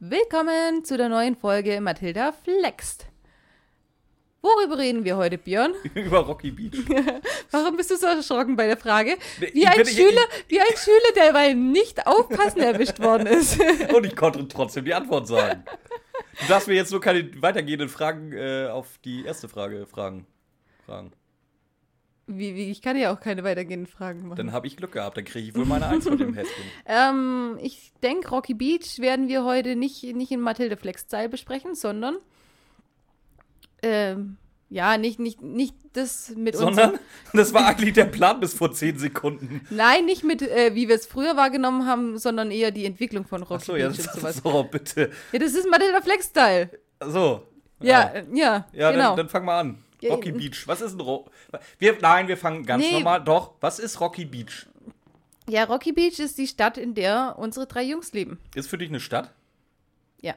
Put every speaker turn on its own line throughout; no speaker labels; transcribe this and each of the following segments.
Willkommen zu der neuen Folge Mathilda Flext. Worüber reden wir heute, Björn?
Über Rocky Beach.
Warum bist du so erschrocken bei der Frage?
Nee,
Wie
ich
ein,
bin- ich-
Schüler, wie ein Schüler, der beim Nicht-Aufpassen erwischt worden ist.
Und ich konnte trotzdem die Antwort sagen. Du darfst mir jetzt nur keine weitergehenden Fragen äh, auf die erste Frage fragen. fragen.
Wie, wie, ich kann ja auch keine weitergehenden Fragen machen.
Dann habe ich Glück gehabt, dann kriege ich wohl meine Eins mit dem Häschen.
Ähm, ich denke, Rocky Beach werden wir heute nicht, nicht in Mathilde Flex-Style besprechen, sondern. Ähm, ja, nicht, nicht, nicht das mit uns.
Sondern, das war eigentlich der Plan bis vor 10 Sekunden.
Nein, nicht mit, äh, wie wir es früher wahrgenommen haben, sondern eher die Entwicklung von Rocky
Achso,
Beach
ja,
und
das
sowas.
ist auch bitte.
Ja, das ist Matilda Flex-Style.
So.
Ja,
Ah.
äh, ja,
Ja,
genau.
dann, dann fang mal an.
Ja,
Rocky
ja.
Beach. Was ist ein Ro wir, Nein, wir fangen ganz
Nee.
normal. Doch, was ist Rocky Beach?
ja, Rocky Beach ist die Stadt, in der unsere drei Jungs leben.
Ist für dich eine Stadt?
Ja.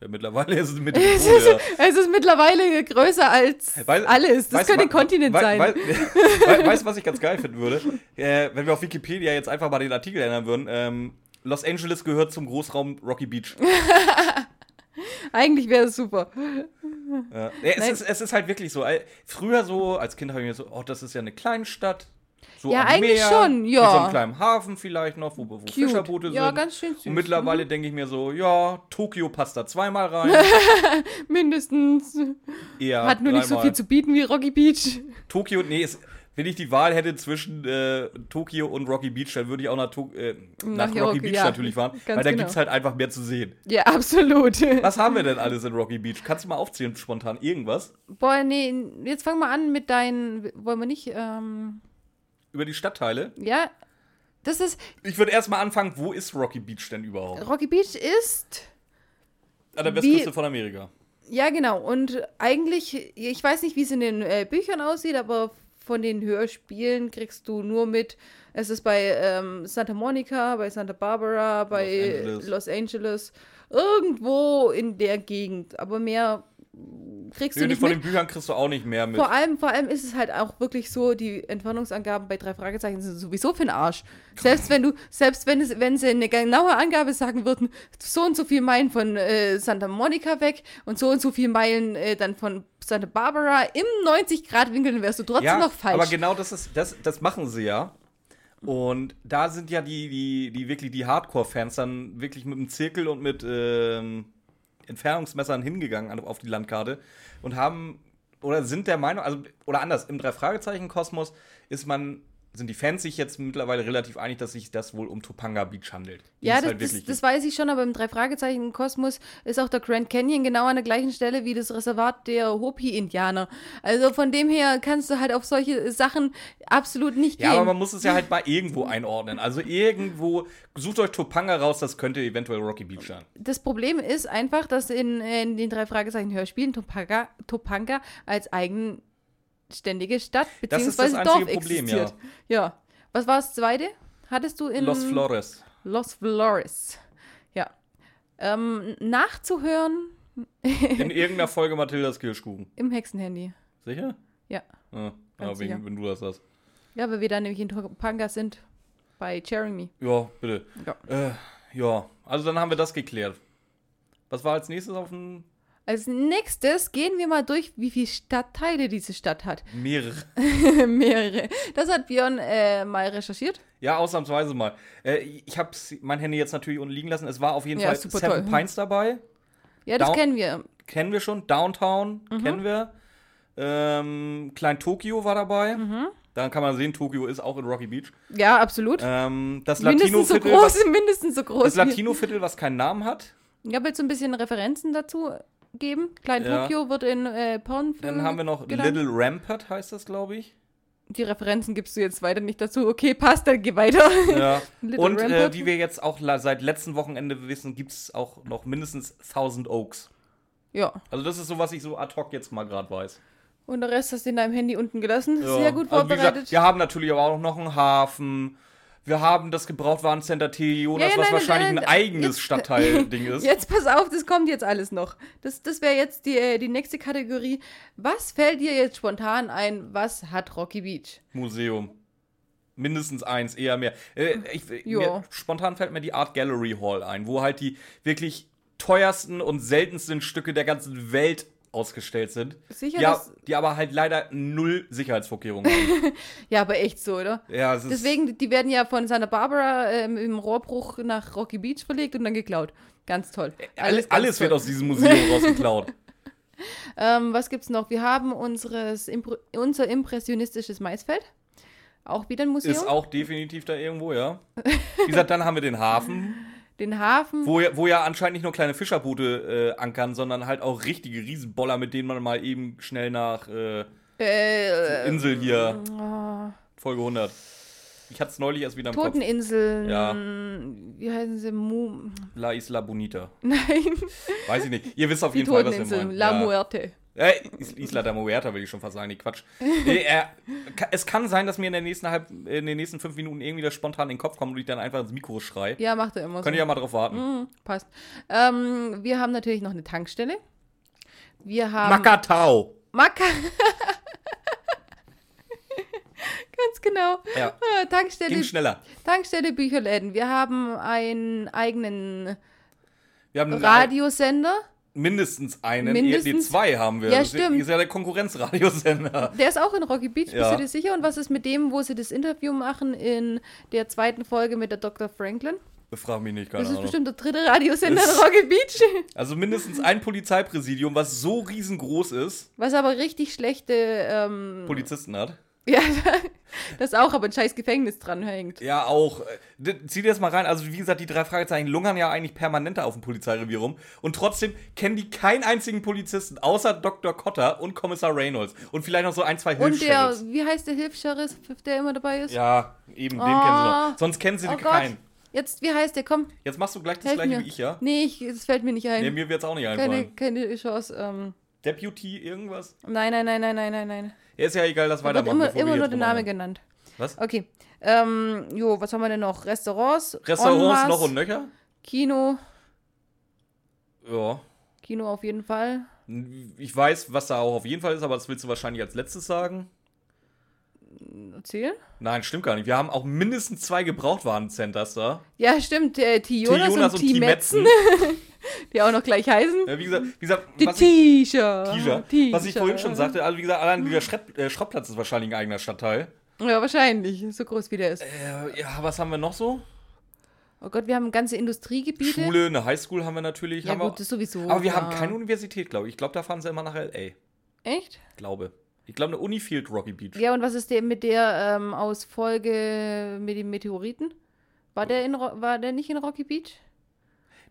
Ja, mittlerweile ist es mit
Es ist, es ist mittlerweile größer als alles. Das könnte ein Kontinent sein.
Weißt du, was ich ganz geil finden würde? Äh, wenn wir auf Wikipedia jetzt einfach mal den Artikel ändern würden. Ähm, Los Angeles gehört zum Großraum Rocky Beach. Äh,
Eigentlich wäre es super.
Ja. Nee, es,
Nein.
ist, es ist halt wirklich so. äh, Früher so, als Kind habe ich mir so, oh, das ist ja eine Kleinstadt. So
Ja,
am
eigentlich
Meer,
schon, ja.
Mit so einem kleinen Hafen vielleicht noch, wo, wo Fischerboote
Ja,
sind.
ganz schön süß. Mhm.
Und mittlerweile denke ich mir so, ja, Tokio passt da zweimal rein.
Mindestens.
Eher
Hat nur nicht so
dreimal.
viel zu bieten wie Rocky Beach.
Tokio, nee, es, wenn ich die Wahl hätte zwischen äh, Tokio und Rocky Beach, dann würde ich auch nach, to äh, nach,
Nach
Rocky
Rocky,
Beach
ja,
natürlich fahren,
ganz
weil da
genau.
gibt es halt einfach mehr zu sehen.
Ja, absolut.
Was haben wir denn alles in Rocky Beach? Kannst du mal aufzählen spontan irgendwas?
Boah, nee, jetzt fang mal an mit deinen. Wollen wir nicht? Ähm,
Über die Stadtteile?
ja. Das ist.
Ich würde erstmal anfangen, wo ist Rocky Beach denn überhaupt?
Rocky Beach ist.
An der
Wie-
Westküste von Amerika.
Ja, genau. Und eigentlich, ich weiß nicht, wie es in den äh, Büchern aussieht, aber von den Hörspielen kriegst du nur mit, es ist bei ähm, Santa Monica, bei Santa Barbara, bei
Angeles.
Los Angeles. irgendwo in der Gegend. Aber mehr kriegst du
Nee,
nicht
von den
mit.
Büchern kriegst du auch nicht mehr mit.
Vor allem, vor allem ist es halt auch wirklich so, die Entfernungsangaben bei drei Fragezeichen sind sowieso für den Arsch. Selbst wenn du, selbst wenn es, wenn sie eine genaue Angabe sagen würden, so und so viel Meilen von äh, Santa Monica weg und so und so viel Meilen äh, dann von Santa Barbara im 90-Grad-Winkel, dann wärst du trotzdem noch falsch.
Aber genau das ist, das, das machen sie ja. Und da sind ja die, die, die wirklich die Hardcore-Fans dann wirklich mit einem Zirkel und mit ähm, Entfernungsmessern hingegangen an- auf die Landkarte und haben oder sind der Meinung, also oder anders, im Drei-Fragezeichen-Kosmos ist man, sind die Fans sich jetzt mittlerweile relativ einig, dass sich das wohl um Topanga Beach handelt. Die
ja,
es
das,
halt
das,
wirklich
das
gibt.
weiß ich schon, aber im Drei-Fragezeichen-Kosmos ist auch der Grand Canyon genau an der gleichen Stelle wie das Reservat der Hopi-Indianer. Also von dem her kannst du halt auf solche Sachen absolut nicht
ja,
gehen.
aber man muss es ja halt mal irgendwo einordnen. Also irgendwo, sucht euch Topanga raus, das könnte eventuell Rocky Beach sein.
Das Problem ist einfach, dass in, in den drei Fragezeichen Hörspielen Topanga, Topanga als eigenständige Stadt
Das ist
bzw.
das
Dorf
einzige Problem,
existiert. Ja. Was war das zweite? Hattest du in
Los Flores.
Los Flores. Ja. Ähm, nachzuhören
In irgendeiner Folge Mathildas Kirschkuchen.
im Hexenhandy.
Sicher? Ah,
Ja.
Ja,
Ganz
ja, wegen,
sicher.
wenn du das sagst.
Ja, weil wir da nämlich in Topanga sind. Bei Jeremy.
Ja, bitte.
Ja.
Äh, ja, also dann haben wir das geklärt. Was war als nächstes auf dem
Als nächstes gehen wir mal durch, wie viele Stadtteile diese Stadt hat.
Meer?
Mehrere. Das hat Björn äh, mal recherchiert.
Ja, ausnahmsweise mal. Äh, ich habe mein Handy jetzt natürlich unten liegen lassen. Es war auf jeden
Ja,
Fall
super
Seven
toll. Mhm.
Pines dabei.
Ja, das
Down-
kennen wir.
Kennen wir schon. Downtown
Mhm.
kennen wir. Ähm, Klein Tokio war dabei.
Mhm.
Dann kann man sehen, Tokio ist auch in Rocky Beach.
Ja, absolut.
Ähm, das
mindestens so
Latino-Viertel,
groß,
was,
mindestens so groß.
das
wie-
Latino-Viertel, was keinen Namen hat.
ja, willst du ein bisschen Referenzen dazu geben? Klein
Ja.
Tokio wird in äh, Pornfilmen
Dann haben wir noch
genannt.
Little Rampart, heißt das, glaube ich.
Die Referenzen gibst du jetzt weiter nicht dazu. Okay, passt, dann geh weiter.
Ja.
Little
Und äh,
Rampart.
wie wir jetzt auch la- seit letzten Wochenende wissen, gibt es auch noch mindestens 1000 Oaks.
ja.
Also das ist so, was ich so ad hoc jetzt mal gerade weiß.
Und der Rest hast du in deinem Handy unten gelassen.
Ja.
Sehr gut
Also wie
vorbereitet.
gesagt, wir haben natürlich aber auch noch einen Hafen. Wir haben das Gebrauchtwarencenter T. Jonas,
Ja, ja,
was
nein,
wahrscheinlich
nein, nein,
ein eigenes
jetzt-
Stadtteil-Ding ist.
Jetzt pass auf, das kommt jetzt alles noch. Das, das wäre jetzt die, äh, die nächste Kategorie. Was fällt dir jetzt spontan ein? Was hat Rocky Beach?
Museum. Mindestens eins, eher mehr. Äh, ich,
Jo.
mir, spontan fällt mir die Art Gallery Hall ein, wo halt die wirklich teuersten und seltensten Stücke der ganzen Welt ausgestellt sind.
Sicher,
Ja,
dass-
die aber halt leider null Sicherheitsvorkehrungen haben.
Ja, aber echt so, oder?
ja, es ist,
Deswegen, die werden ja von Santa Barbara ähm, im Rohrbruch nach Rocky Beach verlegt und dann geklaut. Ganz toll.
Äh, alles,
ganz
alles wird
toll.
aus diesem Museum rausgeklaut.
Ähm, was gibt's noch? Wir haben unseres Impr unser impressionistisches Maisfeld. Auch wieder ein Museum.
Ist auch definitiv da irgendwo, ja. Wie gesagt, dann haben wir den Hafen,
Den Hafen.
wo ja, wo ja anscheinend nicht nur kleine Fischerboote äh, ankern, sondern halt auch richtige Riesenboller, mit denen man mal eben schnell nach äh,
äh,
Insel hier,
oh,
Folge 100. Ich hatte es neulich erst wieder im Kopf.
Toteninseln.
Ja.
Wie heißen sie? Mu
La Isla Bonita.
Nein.
Weiß ich nicht. Ihr wisst auf
Die
jeden Fall, was wir
Toteninseln.
meinen.
La
ja.
Muerte.
Äh, Is- Isla de Muerta will ich schon fast sagen, nee, Quatsch. Nee, äh, ka- es kann sein, dass mir in, der nächsten halb, in den nächsten fünf Minuten irgendwie das spontan in den Kopf kommt und ich dann einfach ins Mikro schrei.
Ja, macht er immer
Könnt
so.
ihr ja mal drauf warten.
Hm, passt. Ähm, wir haben natürlich noch eine Tankstelle. Wir haben.
Macatau.
Macker. Ganz genau.
Ja,
Äh, Tankstelle,
ging schneller.
Tankstelle, Bücherläden. Wir haben einen eigenen
Wir haben eine-
Radiosender.
mindestens einen.
Mindestens-
Mindestens? zwei haben wir.
Ja,
Das ist
stimmt.
Ist ja der Konkurrenzradiosender.
Der ist auch in Rocky Beach, bist
Ja.
du dir sicher? Und was ist mit dem, wo sie das Interview machen in der zweiten Folge mit der Dr. Franklin?
Befrag mich nicht, keine
Das ist
Ahnung.
bestimmt der dritte Radiosender in
Ist-
Rocky Beach.
Also mindestens ein Polizeipräsidium, was so riesengroß ist,
Was aber richtig schlechte, ähm,
Polizisten hat.
ja, das auch, aber ein scheiß Gefängnis dranhängt.
Ja, auch. Äh, d- Zieh dir das mal rein. Also, wie gesagt, die drei Fragezeichen lungern ja eigentlich permanent da auf dem Polizeirevier rum. Und trotzdem kennen die keinen einzigen Polizisten, außer Dr. Cotter und Kommissar Reynolds. Und vielleicht noch so ein, zwei
Und der,
Hilfs-Sheriffs.
wie heißt der Hilfssheriff, der immer dabei ist?
Ja, eben, den
Oh.
kennen sie noch. Sonst kennen sie
oh Gott.
keinen.
Jetzt, wie heißt der? Komm,
Jetzt machst du gleich das
helf
gleiche
mir.
wie ich, ja?
Nee, ich, es fällt mir nicht ein.
Nee, mir wird's auch nicht
keine,
einfallen.
keine Chance. Ähm,
Deputy irgendwas?
nein, nein, nein, nein, nein, nein, nein.
Ja, ist ja egal, das
Da wird
weitermachen.
immer,
bevor wir
immer
hier
nur der
drum
Name Oh,
rumhängen.
genannt.
Was?
Okay. Ähm, jo, was haben wir denn noch? Restaurants, en
Restaurants
masse,
noch und ne- nöcher?
Kino,
Ja.
Kino auf jeden Fall.
Ich weiß, was da auch auf jeden Fall ist, aber das willst du wahrscheinlich als letztes sagen.
Zählen?
Nein, stimmt gar nicht. Wir haben auch mindestens zwei Gebrauchtwarencenters da.
Ja, stimmt. Äh, T. Jonas, und T. Metzen, die auch noch gleich heißen.
Ja, wie gesagt, wie gesagt
Die
Ähm, was, ich,
T-Shirt.
Teaser,
T-Shirt.
was ich vorhin schon sagte, also wie gesagt, allein dieser Schrott, äh, Schrottplatz ist wahrscheinlich ein eigener Stadtteil.
Ja, wahrscheinlich. So groß wie der ist.
Äh, ja, was haben wir noch so?
Oh Gott, wir haben ganze Industriegebiete.
Schule, eine Highschool haben wir natürlich.
Ja,
haben
gut,
wir,
das sowieso.
aber wir
ja.
haben keine Universität, glaube ich. Ich glaube, da fahren sie immer nach L.A.
Echt?
Glaube. Ich glaube, eine Uni fehlt Rocky Beach.
Ja, und was ist denn mit der ähm, aus Folge mit dem Meteoriten? War der, in, Ro- war der nicht in Rocky Beach?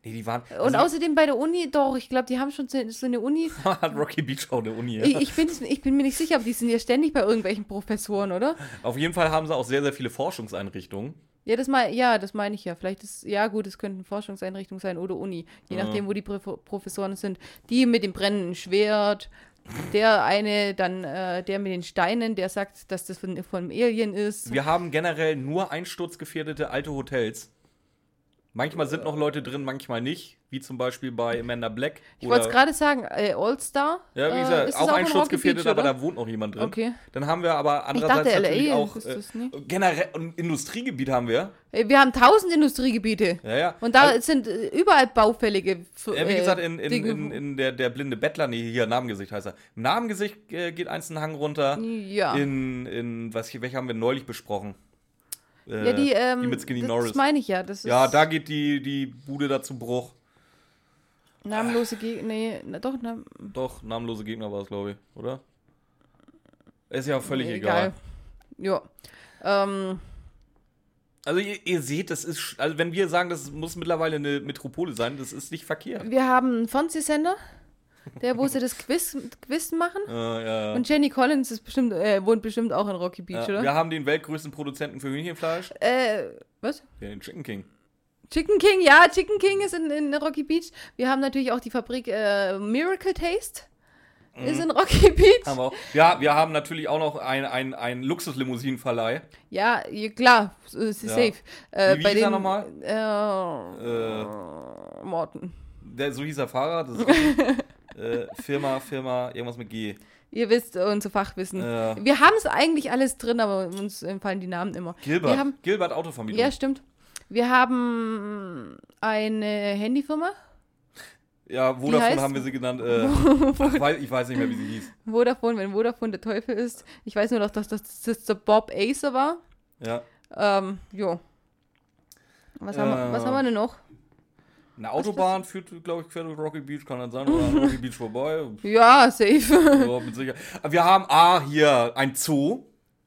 Nee, die waren. also
Und außerdem bei der Uni, doch, ich glaube, die haben schon so so eine Uni.
hat Rocky Beach auch eine Uni.
Ich,
Ja.
ich, bin, ich bin mir nicht sicher, aber die sind ja ständig bei irgendwelchen Professoren, oder?
Auf jeden Fall haben sie auch sehr, sehr viele Forschungseinrichtungen.
Ja, das mein, ja, das meine ich ja. Vielleicht ist, ja gut, es könnten Forschungseinrichtungen sein oder Uni, je
Ja.
nachdem, wo die Pro Professoren sind. Die mit dem brennenden Schwert, der eine, dann äh, der mit den Steinen, der sagt, dass das von, von Alien ist.
Wir haben generell nur einsturzgefährdete alte Hotels. Manchmal
Äh.
sind noch Leute drin, manchmal nicht. Wie zum Beispiel bei Amanda Black.
ich wollte es
oder-
gerade sagen, äh, All Star.
Ja, wie
äh,
gesagt,
ist das
auch,
in Rocky
einsturzgefährdet,
Beach,
aber
oder?
da wohnt noch jemand drin.
Okay.
Dann haben wir aber
Ich
andererseits
dachte,
natürlich
LA
auch
ist
äh,
das nicht.
generell ein Industriegebiet haben wir.
Äh, Wir haben tausend Industriegebiete.
Ja, ja.
Und da
Also,
sind äh, überall baufällige. F-
ja, wie
äh,
gesagt, in, in,
Dinge,
in, in der, der blinde Bettler, nee, hier, Namengesicht heißt er. Im Namengesicht äh, geht eins einen Hang runter.
wo- ja.
In, in, was, hier- welche haben wir neulich besprochen? Äh,
ja, die, ähm,
mit Skinny
das,
Norris.
Das meine ich ja. Das ist
Ja, da geht die, die Bude dazu Bruch.
namenlose Gegend. Nee, na, doch, na,
Doch, namenlose Gegner war es, glaube ich, oder? Ist ja auch völlig egal.
egal. Ja. Ähm,
Also ihr, ihr seht, das ist, sch- also wenn wir sagen, das muss mittlerweile eine Metropole sein, das ist nicht verkehrt.
wir haben einen Fernsehsender, der, wo sie das Quiz, Quiz machen.
Äh, ja, ja.
Und Jenny Collins ist bestimmt, äh, wohnt bestimmt auch in Rocky Beach,
ja,
oder?
wir haben den weltgrößten Produzenten für Hühnchenfleisch,
Äh, was?
den Chicken King.
Chicken King, ja, Chicken King ist in, in Rocky Beach. Wir haben natürlich auch die Fabrik äh, Miracle Taste. Ist in Rocky Beach.
Mhm. Haben wir auch. Ja, wir haben natürlich auch noch einen ein, ein Luxuslimousinenverleih.
Ja, ja, klar, s- äh, sie
Ja.
safe. Äh,
Wie- wie
bei
hieß er
den-
nochmal?
Äh, Morten.
Der, so hieß der Fahrer, das ist richtig. äh, Firma, Firma, irgendwas mit G.
Ihr wisst unser Fachwissen.
Ja.
Wir haben es eigentlich alles drin, aber uns äh, fallen die Namen immer.
Gilbert,
Wir haben,
Gilbert Autovermietung.
ja, stimmt. Wir haben eine Handyfirma,
ja, Vodafone
heißt-
haben wir sie genannt. Äh, ich, weiß, ich weiß nicht mehr, wie sie hieß.
Vodafone, wenn Vodafone der Teufel ist. Ich weiß nur noch, dass das, dass der Bob Acer war.
Ja.
Ähm, jo. Was, haben wir, was
Äh.
haben wir denn noch?
Eine Autobahn führt, glaube ich, quer durch Rocky Beach, kann dann sein, oder an Rocky Beach vorbei.
Ja, safe.
Ja, mit Sicherheit. Aber Wir haben A hier ein Zoo.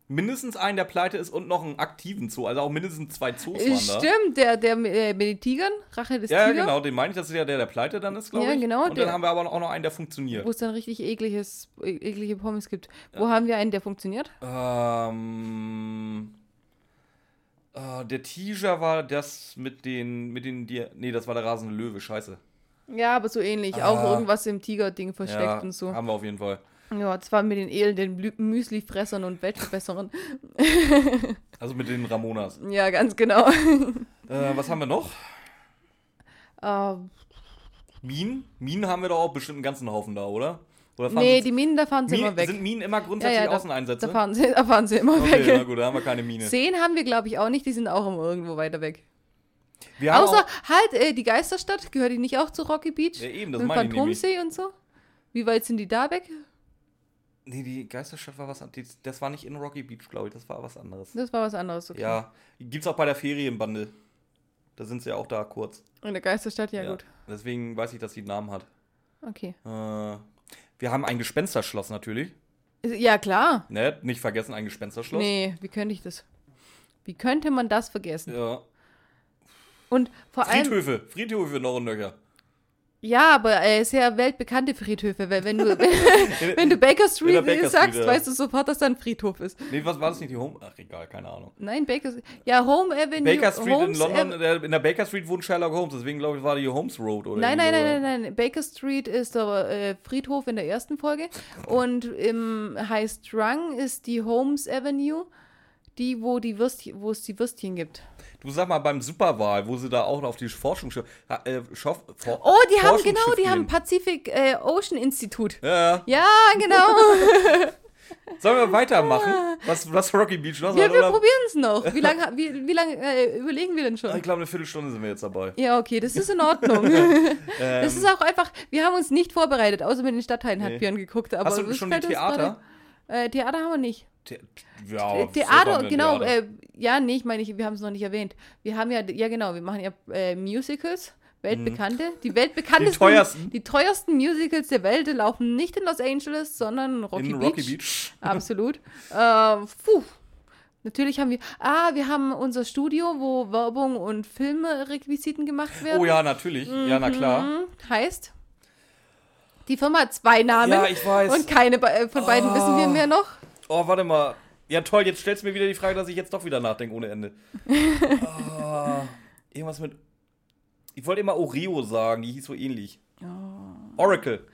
Mindestens einen, der pleite ist und noch einen aktiven Zoo. Also auch mindestens zwei Zoos waren da.
Stimmt, der, der äh, mit den Tigern, Rache des
Ja,
Tiger,
genau, den meine ich, das ist ja der, der pleite dann ist, glaube
Ja,
ich.
genau,
Und dann
der.
haben wir aber auch noch einen, der funktioniert.
wo es dann richtig ekliges, e- eklige Pommes gibt. Wo haben wir einen, der funktioniert?
Ähm, äh, der Teaser war das mit den, mit den, die, nee, das war der rasende Löwe, scheiße.
Ja, aber so ähnlich. Auch
Ah.
irgendwas im Tiger-Ding versteckt
ja,
und so.
haben wir auf jeden Fall.
Ja, zwar mit den elenden Blü- Müslifressern und Bettverbesserern.
Also mit den Ramonas.
ja, ganz genau.
Äh, was haben wir noch?
Ähm,
Minen? Minen haben wir doch auch bestimmt einen ganzen Haufen da, oder? Oder fahren
nee,
sie-
die Minen, da fahren sie
Minen,
immer weg.
sind Minen immer
ja,
grundsätzlich
ja, da,
Außeneinsätze?
da, fahren sie, da fahren sie immer
okay, na
weg.
gut, da haben wir keine Mine.
Seen haben wir, glaube ich, auch nicht. Die sind auch immer irgendwo weiter weg.
Wir haben
Außer
auch,
halt äh, die Geisterstadt. Gehört die nicht auch zu Rocky Beach?
Ja, eben, das
Mit
meine ich nämlich.
Phantomsee und so? Wie weit sind die da weg?
Nee, die Geisterstadt war was an- die- Das war nicht in Rocky Beach, glaube ich, das war was anderes.
Das war was anderes. Okay.
Ja, gibt's auch bei der Ferienbande. Da sind sie ja auch da kurz.
In der Geisterstadt, ja,
Ja.
gut.
Deswegen weiß ich, dass sie einen Namen hat.
Okay.
Äh, wir haben ein Gespensterschloss natürlich.
Ja, klar.
Ne? Nicht vergessen, ein Gespensterschloss.
Nee, wie könnte ich das? Wie könnte man das vergessen?
Ja.
Und vor allem,
Friedhöfe, Friedhöfe noch und nöcher.
ja, aber äh, sehr weltbekannte Friedhöfe, weil wenn du, wenn, wenn du Baker Street
Baker Street,
sagst,
ja.
weißt du sofort, dass da ein Friedhof ist.
Nee, was war das nicht? Die Home. Ach, egal, keine Ahnung.
Nein, Baker Street. Ja, Home Avenue.
Baker Street
Holmes äh,
in London,
Ave-
der, in der Baker Street wohnt Sherlock Holmes, deswegen glaube ich, war die Holmes Road oder
Nein, nein,
irgendwie
nein, nein, nein. Baker Street ist der äh, Friedhof in der ersten Folge. Und im High Strung ist die Holmes Avenue, die, wo, die Würstchen, wo es die Würstchen gibt.
so. Du sag mal, beim Superwahl, wo sie da auch auf die Forschungsschiff. Äh, Schoff, For
Oh, die haben, genau,
Forschungsschiff
die haben
gehen.
Pacific äh, Ocean Institut.
Ja, ja.
Ja, genau.
Sollen wir weitermachen? Was, was Rocky Beach noch?
Ja, wir
oder?
probieren es noch. Wie lange wie, wie lang, äh, überlegen wir denn
Ah, ich
schon?
glaube, eine Viertelstunde sind wir jetzt dabei.
Ja, okay, das ist in Ordnung. das ist auch einfach, wir haben uns nicht vorbereitet, außer mit den Stadtteilen
Nee.
hat Björn geguckt. Aber
Hast du
das
schon die
fällt uns
Theater?
Gerade, äh, Theater haben wir nicht.
The ja,
Theater,
so
genau.
Theater.
Äh, ja, nee, ich meine, ich, wir haben es noch nicht erwähnt. Wir haben ja, ja genau, wir machen ja äh, Musicals, weltbekannte. Die weltbekanntesten,
Mhm. Die teuersten.
die teuersten Musicals der Welt laufen nicht in Los Angeles, sondern in Rocky
in
Beach.
Rocky Beach.
Absolut. ähm, puh. Natürlich haben wir. Ah, wir haben unser Studio, wo Werbung und Filmrequisiten gemacht werden.
Oh ja, natürlich. Ja, na klar.
Hm, heißt. Die Firma hat zwei Namen.
Ja, ich weiß.
Und keine be- äh, von beiden
Ah.
wissen wir mehr noch.
Oh, warte mal. Ja, toll, jetzt stellst du mir wieder die Frage, dass ich jetzt doch wieder nachdenke ohne Ende. Ah, irgendwas mit. Ich wollte immer Oreo sagen, die hieß so ähnlich. Oracle.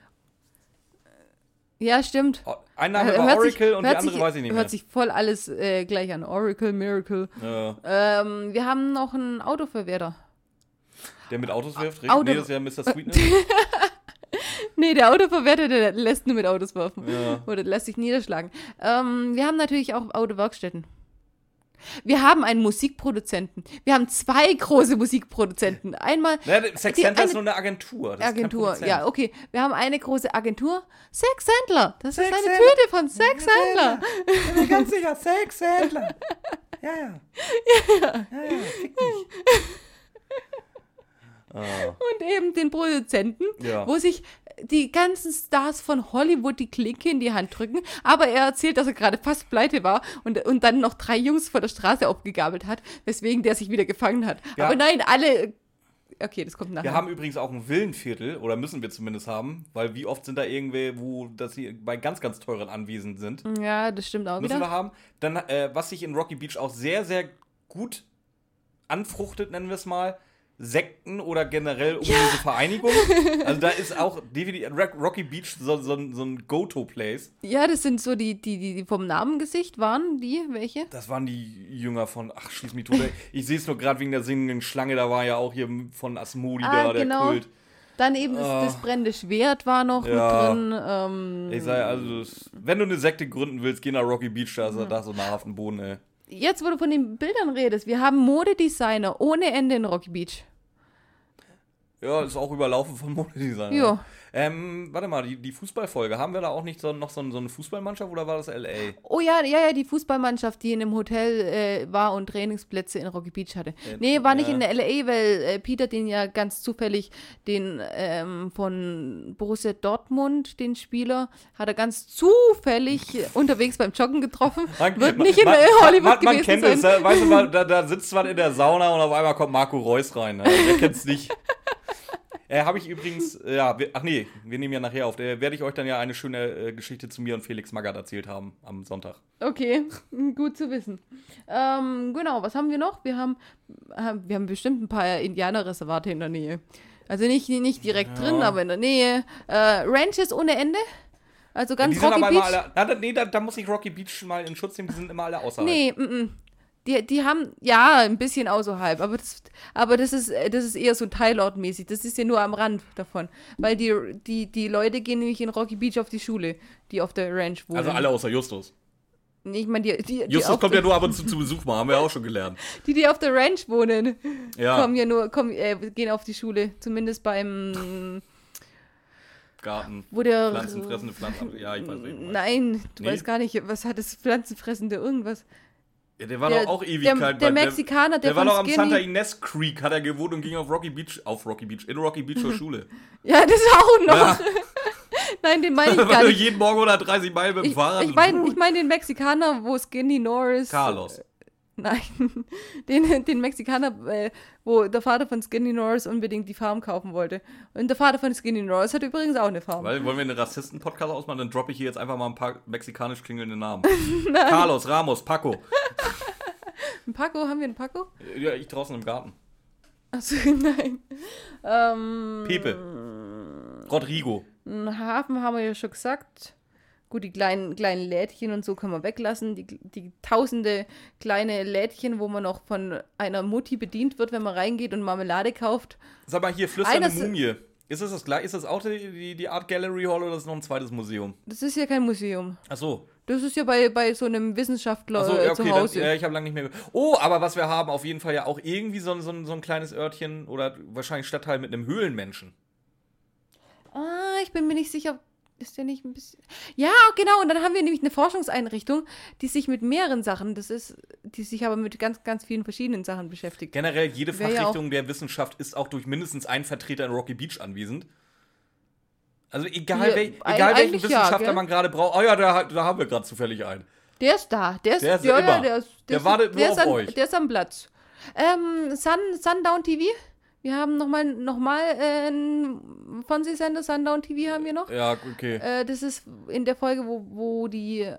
Ja, stimmt.
O- Ein Name war
Äh, Hört
Oracle
sich- hört
und die andere
sich,
weiß ich nicht mehr.
Hört sich voll alles äh, gleich an. Oracle, Miracle.
Ja,
Ähm, wir haben noch einen Autoverwerter.
der mit Autos wirft, richtig?
Auto- Äh,
Nee, das ist ja Mr. Sweetness.
Nee, der Autoverwerter, der lässt nur mit Autos werfen.
ja.
Oder lässt sich niederschlagen. Ähm, wir haben natürlich auch Autowerkstätten. Wir haben einen Musikproduzenten. Wir haben zwei große Musikproduzenten. Einmal
Naja, der Sex
Die
Center ist
eine-
nur eine Agentur. Das ist kein
Agentur.
Produzent.
Ja, okay. Wir haben eine große Agentur. Sex Sandler. Das
Sex
ist eine
Sandler.
Tüte von Sex Sandler.
Ich bin mir ganz sicher, Sexhändler. Ja, ja. Ja, ja, fick dich. Ah,
Und eben den Produzenten,
Ja.
wo sich die ganzen Stars von Hollywood die Klinke in die Hand drücken. Aber er erzählt, dass er gerade fast pleite war und, und dann noch drei Jungs vor der Straße aufgegabelt hat, weswegen der sich wieder gefangen hat.
Ja.
Aber nein, alle. Okay, das kommt nachher.
wir haben übrigens auch ein Villenviertel, oder müssen wir zumindest haben, weil wie oft sind da irgendwelche, wo dass sie bei ganz, ganz teuren Anwesen sind.
Ja, das stimmt auch
Müssen
Hm, wieder.
wir haben. Dann, äh, was sich in Rocky Beach auch sehr, sehr gut anfruchtet, nennen wir es mal, Sekten oder generell um diese Vereinigung. Also da ist auch definitiv äh, Rocky Beach so, so, ein- so ein Go-To-Place.
Ja, das sind so die, die, die die vom Namengesicht waren, die, welche?
Das waren die Jünger von, ach, schieß mich tot. ey. Ich sehe es nur gerade wegen der singenden Schlange, da war ja auch hier von Asmodi
Ah,
da, der
genau.
Kult.
Dann eben
Ah.
das, das brennende Schwert war noch
Ja.
mit drin. Ähm,
Ich sage, also, es- wenn du eine Sekte gründen willst, geh nach Rocky Beach, da ist er da so nah auf dem Boden, ey.
jetzt, wo du von den Bildern redest, wir haben Modedesigner ohne Ende in Rocky Beach.
Ja, ist auch überlaufen von Modedesign.
Jo.
Ähm, warte mal, die, die Fußballfolge, haben wir da auch nicht so, noch so, ein- so eine Fußballmannschaft oder war das LA?
Oh ja, ja, ja, die Fußballmannschaft, die in einem Hotel äh, war und Trainingsplätze in Rocky Beach hatte. nee, war nicht
ja.
in der LA, weil äh, Peter den ja ganz zufällig, den ähm, von Borussia Dortmund, den Spieler, hat er ganz zufällig äh, unterwegs beim Joggen getroffen. Wird nicht in
man-
äh, Hollywood
man, man
gewesen
kennt
sein.
es, da, weißt du, mal, da, da sitzt man in der Sauna und auf einmal kommt Marco Reus rein. Ne? Wer kennt's nicht? Äh, Habe ich übrigens, äh, ja, wir, ach nee, wir nehmen ja nachher auf. Äh, Werde ich euch dann ja eine schöne äh, Geschichte zu mir und Felix Magath erzählt haben am Sonntag.
Okay, gut zu wissen. Ähm, genau, was haben wir noch? Wir haben, haben- wir haben bestimmt ein paar Indianerreservate in der Nähe. Also nicht, nicht direkt
Ja.
drin, aber in der Nähe. Äh, Ranches ohne Ende. Also ganz
die sind
Rocky
aber
Beach.
immer alle. Na, da- nee, da, da muss ich Rocky Beach mal in Schutz nehmen, die sind immer alle außerhalb.
nee, mm, mm. Die, die haben, ja, ein bisschen außerhalb, aber das, aber das ist, äh, das ist eher so teilortmäßig. Das ist ja nur am Rand davon. Weil die, die, die Leute gehen nämlich in Rocky Beach auf die Schule, die auf der Ranch wohnen.
Also alle außer Justus.
Nee, Ich meine, die, die, die,
Justus
auf
kommt ja
der,
nur ab und zu zu Besuch mal, haben wir ja auch schon gelernt.
die, die auf der Ranch wohnen.
Ja,
kommen ja nur, kommen, äh, gehen auf die Schule. Zumindest beim,
Garten,
wo der.
pflanzenfressende Pflanzen. Ja, ich weiß nicht. was du meinst.
Nein, du
Nee.
weißt gar nicht, was hat das Pflanzenfressende irgendwas?
Ja, der war
der-
doch auch
der-
Ewigkeit
der
bei-
Mexikaner, der
Der war
von
doch am
Skinny-
Santa Ines Creek, hat er gewohnt und ging auf Rocky Beach, auf Rocky Beach, in Rocky Beach
Mhm.
zur Schule.
Ja, das auch noch.
Ja.
Nein, den meine ich
Weil
gar
du
nicht.
jeden Morgen 130 Meilen mit dem
Ich,
Fahrrad.
ich meine ich mein den Mexikaner, wo Skinny Norris.
Carlos.
Nein, den, den Mexikaner, äh, wo der Vater von Skinny Norris unbedingt die Farm kaufen wollte. Und der Vater von Skinny Norris hat übrigens auch eine Farm.
Weil, wollen wir einen Rassisten-Podcast ausmachen? Dann droppe ich hier jetzt einfach mal ein paar mexikanisch klingelnde Namen. Carlos, Ramos, Paco.
Ein Paco, haben wir einen Paco?
Ja, ich draußen im Garten.
Achso, nein. Ähm,
Pepe. Mm. Rodrigo.
Einen Hafen haben wir ja schon gesagt. Gut, die kleinen, kleinen Lädchen und so können wir weglassen. Die, die tausende kleine Lädchen, wo man noch von einer Mutti bedient wird, wenn man reingeht und Marmelade kauft.
Sag mal, hier, flüsternde
Einer ist-
Mumie. Ist das, das gleich? Ist das auch die, die, die Art Gallery Hall oder ist das noch ein zweites Museum?
Das ist ja kein Museum.
Ach so.
Das ist ja bei, bei so einem Wissenschaftler
Ach so,
äh,
ja,
zu
okay, dann,
Hause.
ja, ich habe lange nicht mehr. ge- Oh, aber was wir haben, auf jeden Fall ja auch irgendwie so, ein- so, ein- so ein kleines Örtchen oder wahrscheinlich Stadtteil mit einem Höhlenmenschen.
Ah, ich bin mir nicht sicher. Ist der nicht ein bisschen. Ja, genau. Und dann haben wir nämlich eine Forschungseinrichtung, die sich mit mehreren Sachen, das ist, die sich aber mit ganz, ganz vielen verschiedenen Sachen beschäftigt.
Generell, jede
Wär ja
Fachrichtung der Wissenschaft ist auch durch mindestens einen Vertreter in Rocky Beach anwesend. Also egal,
Ja,
wel,
ein-
egal welchen
eigentlich ja,
Wissenschaftler
gell?
man gerade braucht. Oh ja, da, da haben wir gerade zufällig einen.
Der ist da. Der ist,
Der ist
ja,
immer.
Ja, der, ist,
Der
ist-
wartet nur
der ist
auf
an,
euch.
Der ist am Platz. Ähm, Sun, Sundown TV. Wir haben nochmal noch mal, äh, einen Fernsehsender, Sundown TV haben wir noch.
Ja, okay.
Äh, das ist in der Folge, wo, wo die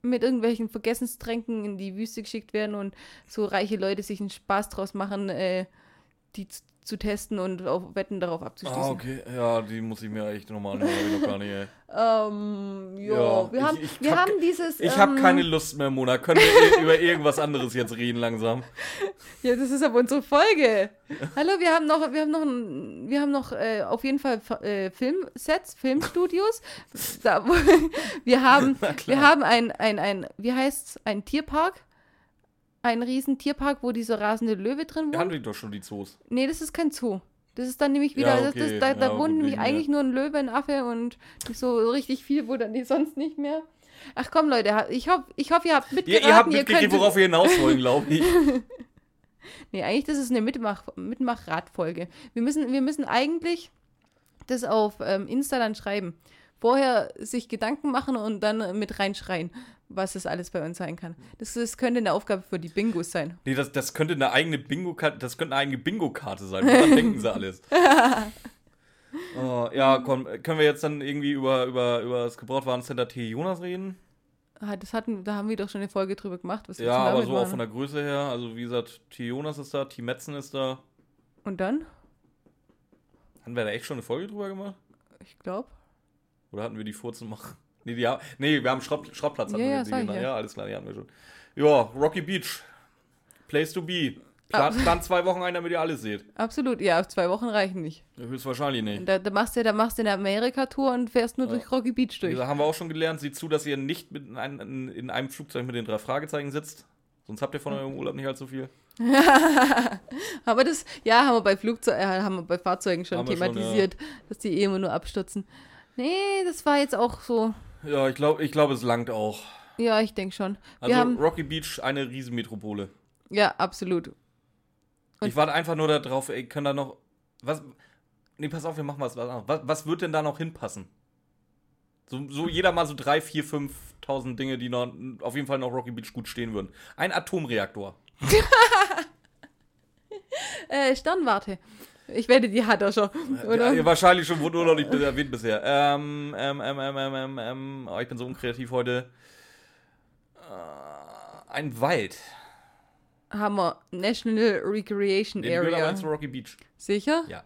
mit irgendwelchen Vergessenstränken in die Wüste geschickt werden und so reiche Leute sich einen Spaß draus machen, äh, die zu, zu testen und auf Wetten darauf abzuschließen.
Ah, okay. Ja, die muss ich mir echt nochmal anhören. hab ich noch gar nicht, ey.
ähm, jo,
Ja,
wir
ich-
haben,
ich
wir
hab
haben
ge-
dieses.
Ich
ähm,
habe keine Lust mehr, Mona. Können wir i- über irgendwas anderes jetzt reden langsam?
Ja, das ist aber unsere Folge. Hallo, wir haben noch, wir haben noch, ein- wir haben noch äh, auf jeden Fall äh, Filmsets, Filmstudios. Da, wo, wir haben,
Na klar.
wir haben ein, ein, ein, wie heißt's, ein Tierpark. Ein riesen Tierpark, wo dieser rasende Löwe drin
Wir haben
wohnt.
die doch schon die Zoos.
Nee, das ist kein Zoo. Das ist dann nämlich wieder,
Ja,
das, das,
okay. genau,
da, da
Ja, gut,
wohnen nämlich
wegen der-
eigentlich nur ein Löwe, ein Affe und so richtig viel, wo dann nee, sonst nicht mehr. Ach komm, Leute, ha- ich hoffe, ich hoff, ihr habt
Ihr,
mitgeraten.
ihr habt
könnt-
mitgekriegt, worauf wir hinaus wollen, glaube ich.
Nee, eigentlich das ist eine Mitmach Mitmachratfolge. Wir müssen, wir müssen eigentlich das auf ähm, Insta dann schreiben. Vorher sich Gedanken machen und dann mit reinschreien, was das alles bei uns sein kann. Das, ist, könnte eine Aufgabe für die Bingos sein.
Nee, das, das könnte eine eigene Bingo-Karte, das könnte eine eigene Bingo-Karte sein. Woran denken sie alles? Oh, ja, komm, können wir jetzt dann irgendwie über, über, über das Gebrauchtwarencenter T. Jonas reden?
Ah, Das hatten, da haben wir doch schon eine Folge drüber gemacht. Was willst
Ja,
du
aber
damit
so auch
machen?
von der Größe her. Also wie gesagt, T. Jonas ist da, T. Metzen ist da.
und dann?
Haben wir da echt schon eine Folge drüber gemacht?
Ich glaube.
Oder hatten wir die Furzen machen? Nee, die, ha- nee wir haben Schraub, Schraubplatz. hatten
Ja,
wir ne?
ja,
die
sag ich
genannt.
ja.
ja, alles klar, die hatten wir schon. Ja, Rocky Beach. Place to be. Plan,
Ah.
plan zwei Wochen ein, damit ihr alle seht.
Absolut, ja, zwei Wochen reichen nicht.
Höchstwahrscheinlich nicht.
Da, da machst du da machst du eine Amerika-Tour und fährst nur durch Rocky Beach durch.
Da haben wir auch schon gelernt, sieht zu, dass ihr nicht mit in, ein, in einem Flugzeug mit den drei Fragezeichen sitzt. Sonst habt ihr
Hm.
von eurem Urlaub nicht allzu viel.
Aber das, ja, haben wir bei Flugzeugen, äh, haben wir bei Fahrzeugen schon
Haben wir schon,
thematisiert, dass die eh immer nur abstürzen. Nee, das war jetzt auch so.
Ja, ich glaube, ich glaub, es langt auch.
Ja, ich denke schon. Wir
Also
haben,
Rocky Beach, eine Riesenmetropole.
ja, absolut. Und-
ich warte einfach nur darauf, ey, können da noch. Was. Nee, pass auf, wir machen was. Was, anderes. was, was wird denn da noch hinpassen? So, so jeder mal so drei, vier, 5.000 Dinge, die noch, auf jeden Fall noch Rocky Beach gut stehen würden. Ein Atomreaktor.
Äh, Sternwarte. Ich werde die hat er schon. Oder?
Ja, ja, wahrscheinlich schon, wurde nur noch nicht erwähnt bisher. Ähm, ähm, ähm, ähm, ähm, ähm, ähm, oh, ich bin so unkreativ heute. Äh, ein Wald.
Haben wir National Recreation
Den gehört aber
Area.
jetzt zu Rocky Beach.
Sicher?
Ja.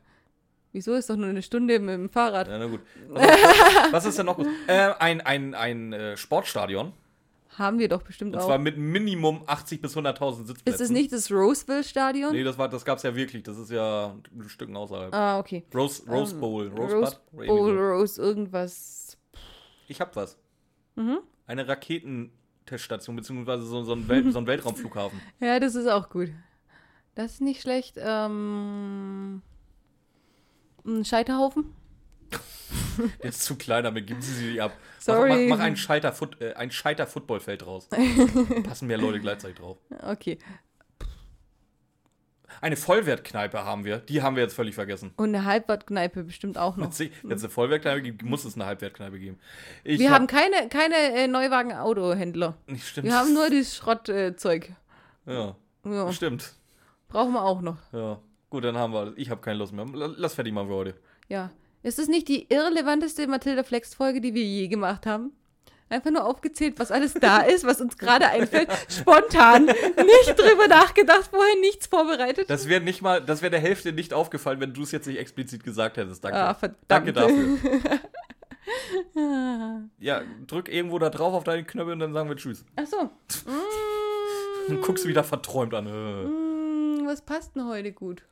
Wieso ist doch nur eine Stunde mit dem Fahrrad?
Ja, na gut. Was, was ist denn noch gut? Äh, ein ein, ein äh, Sportstadion.
Haben wir doch bestimmt
Und
auch.
zwar mit Minimum 80 bis 100.000 Sitzplätzen.
Ist es nicht das Roseville Stadion?
Nee, das, war, das gab's ja wirklich. Das ist ja ein Stück außerhalb.
Ah, okay.
Rose, Rose Bowl. Rose,
Rose
Bud?
Bowl, Rose, irgendwas.
Ich hab was.
Mhm.
Eine Raketenteststation, beziehungsweise so, so, ein Wel so ein Weltraumflughafen.
Ja, das ist auch gut. Das ist nicht schlecht. Ähm, ein Scheiterhaufen?
Der ist zu klein, damit geben sie sie nicht ab.
Sorry.
Mach, mach, mach ein scheiter, Foot, äh, ein scheiter Footballfeld draus. Passen mehr Leute gleichzeitig drauf.
Okay.
Eine Vollwertkneipe haben wir. Die haben wir jetzt völlig vergessen.
Und eine Halbwartkneipe bestimmt auch noch.
Wenn es eine Vollwertkneipe gibt, muss es eine Halbwertkneipe geben. Ich
Wir haben keine, keine äh, Neuwagen-Autohändler.
Nicht stimmt.
Wir haben nur Oh. das Schrottzeug.
ja,
ja,
stimmt.
brauchen wir auch noch.
Ja. Gut, dann haben wir alles. Ich habe keine Lust mehr. L- Lass fertig machen wir heute.
Ja. Ist das nicht die irrelevanteste Matilda Flex-Folge, die wir je gemacht haben? Einfach nur aufgezählt, was alles da ist, was uns gerade einfällt. Spontan. Nicht drüber nachgedacht, vorher nichts vorbereitet.
Das wäre nicht mal, das wäre der Hälfte nicht aufgefallen, wenn du es jetzt nicht explizit gesagt hättest. Danke.
Ah, verdammt.
Danke dafür.
Ah.
ja, drück irgendwo da drauf auf deinen Knöpfe und dann sagen wir Tschüss.
Ach so.
Dann guckst du wieder verträumt an. Äh.
Hm, was passt denn heute gut?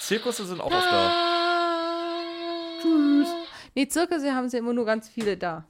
Zirkusse sind auch oft da.
Tschüss. Nee, Zirkusse haben sie immer nur ganz viele da.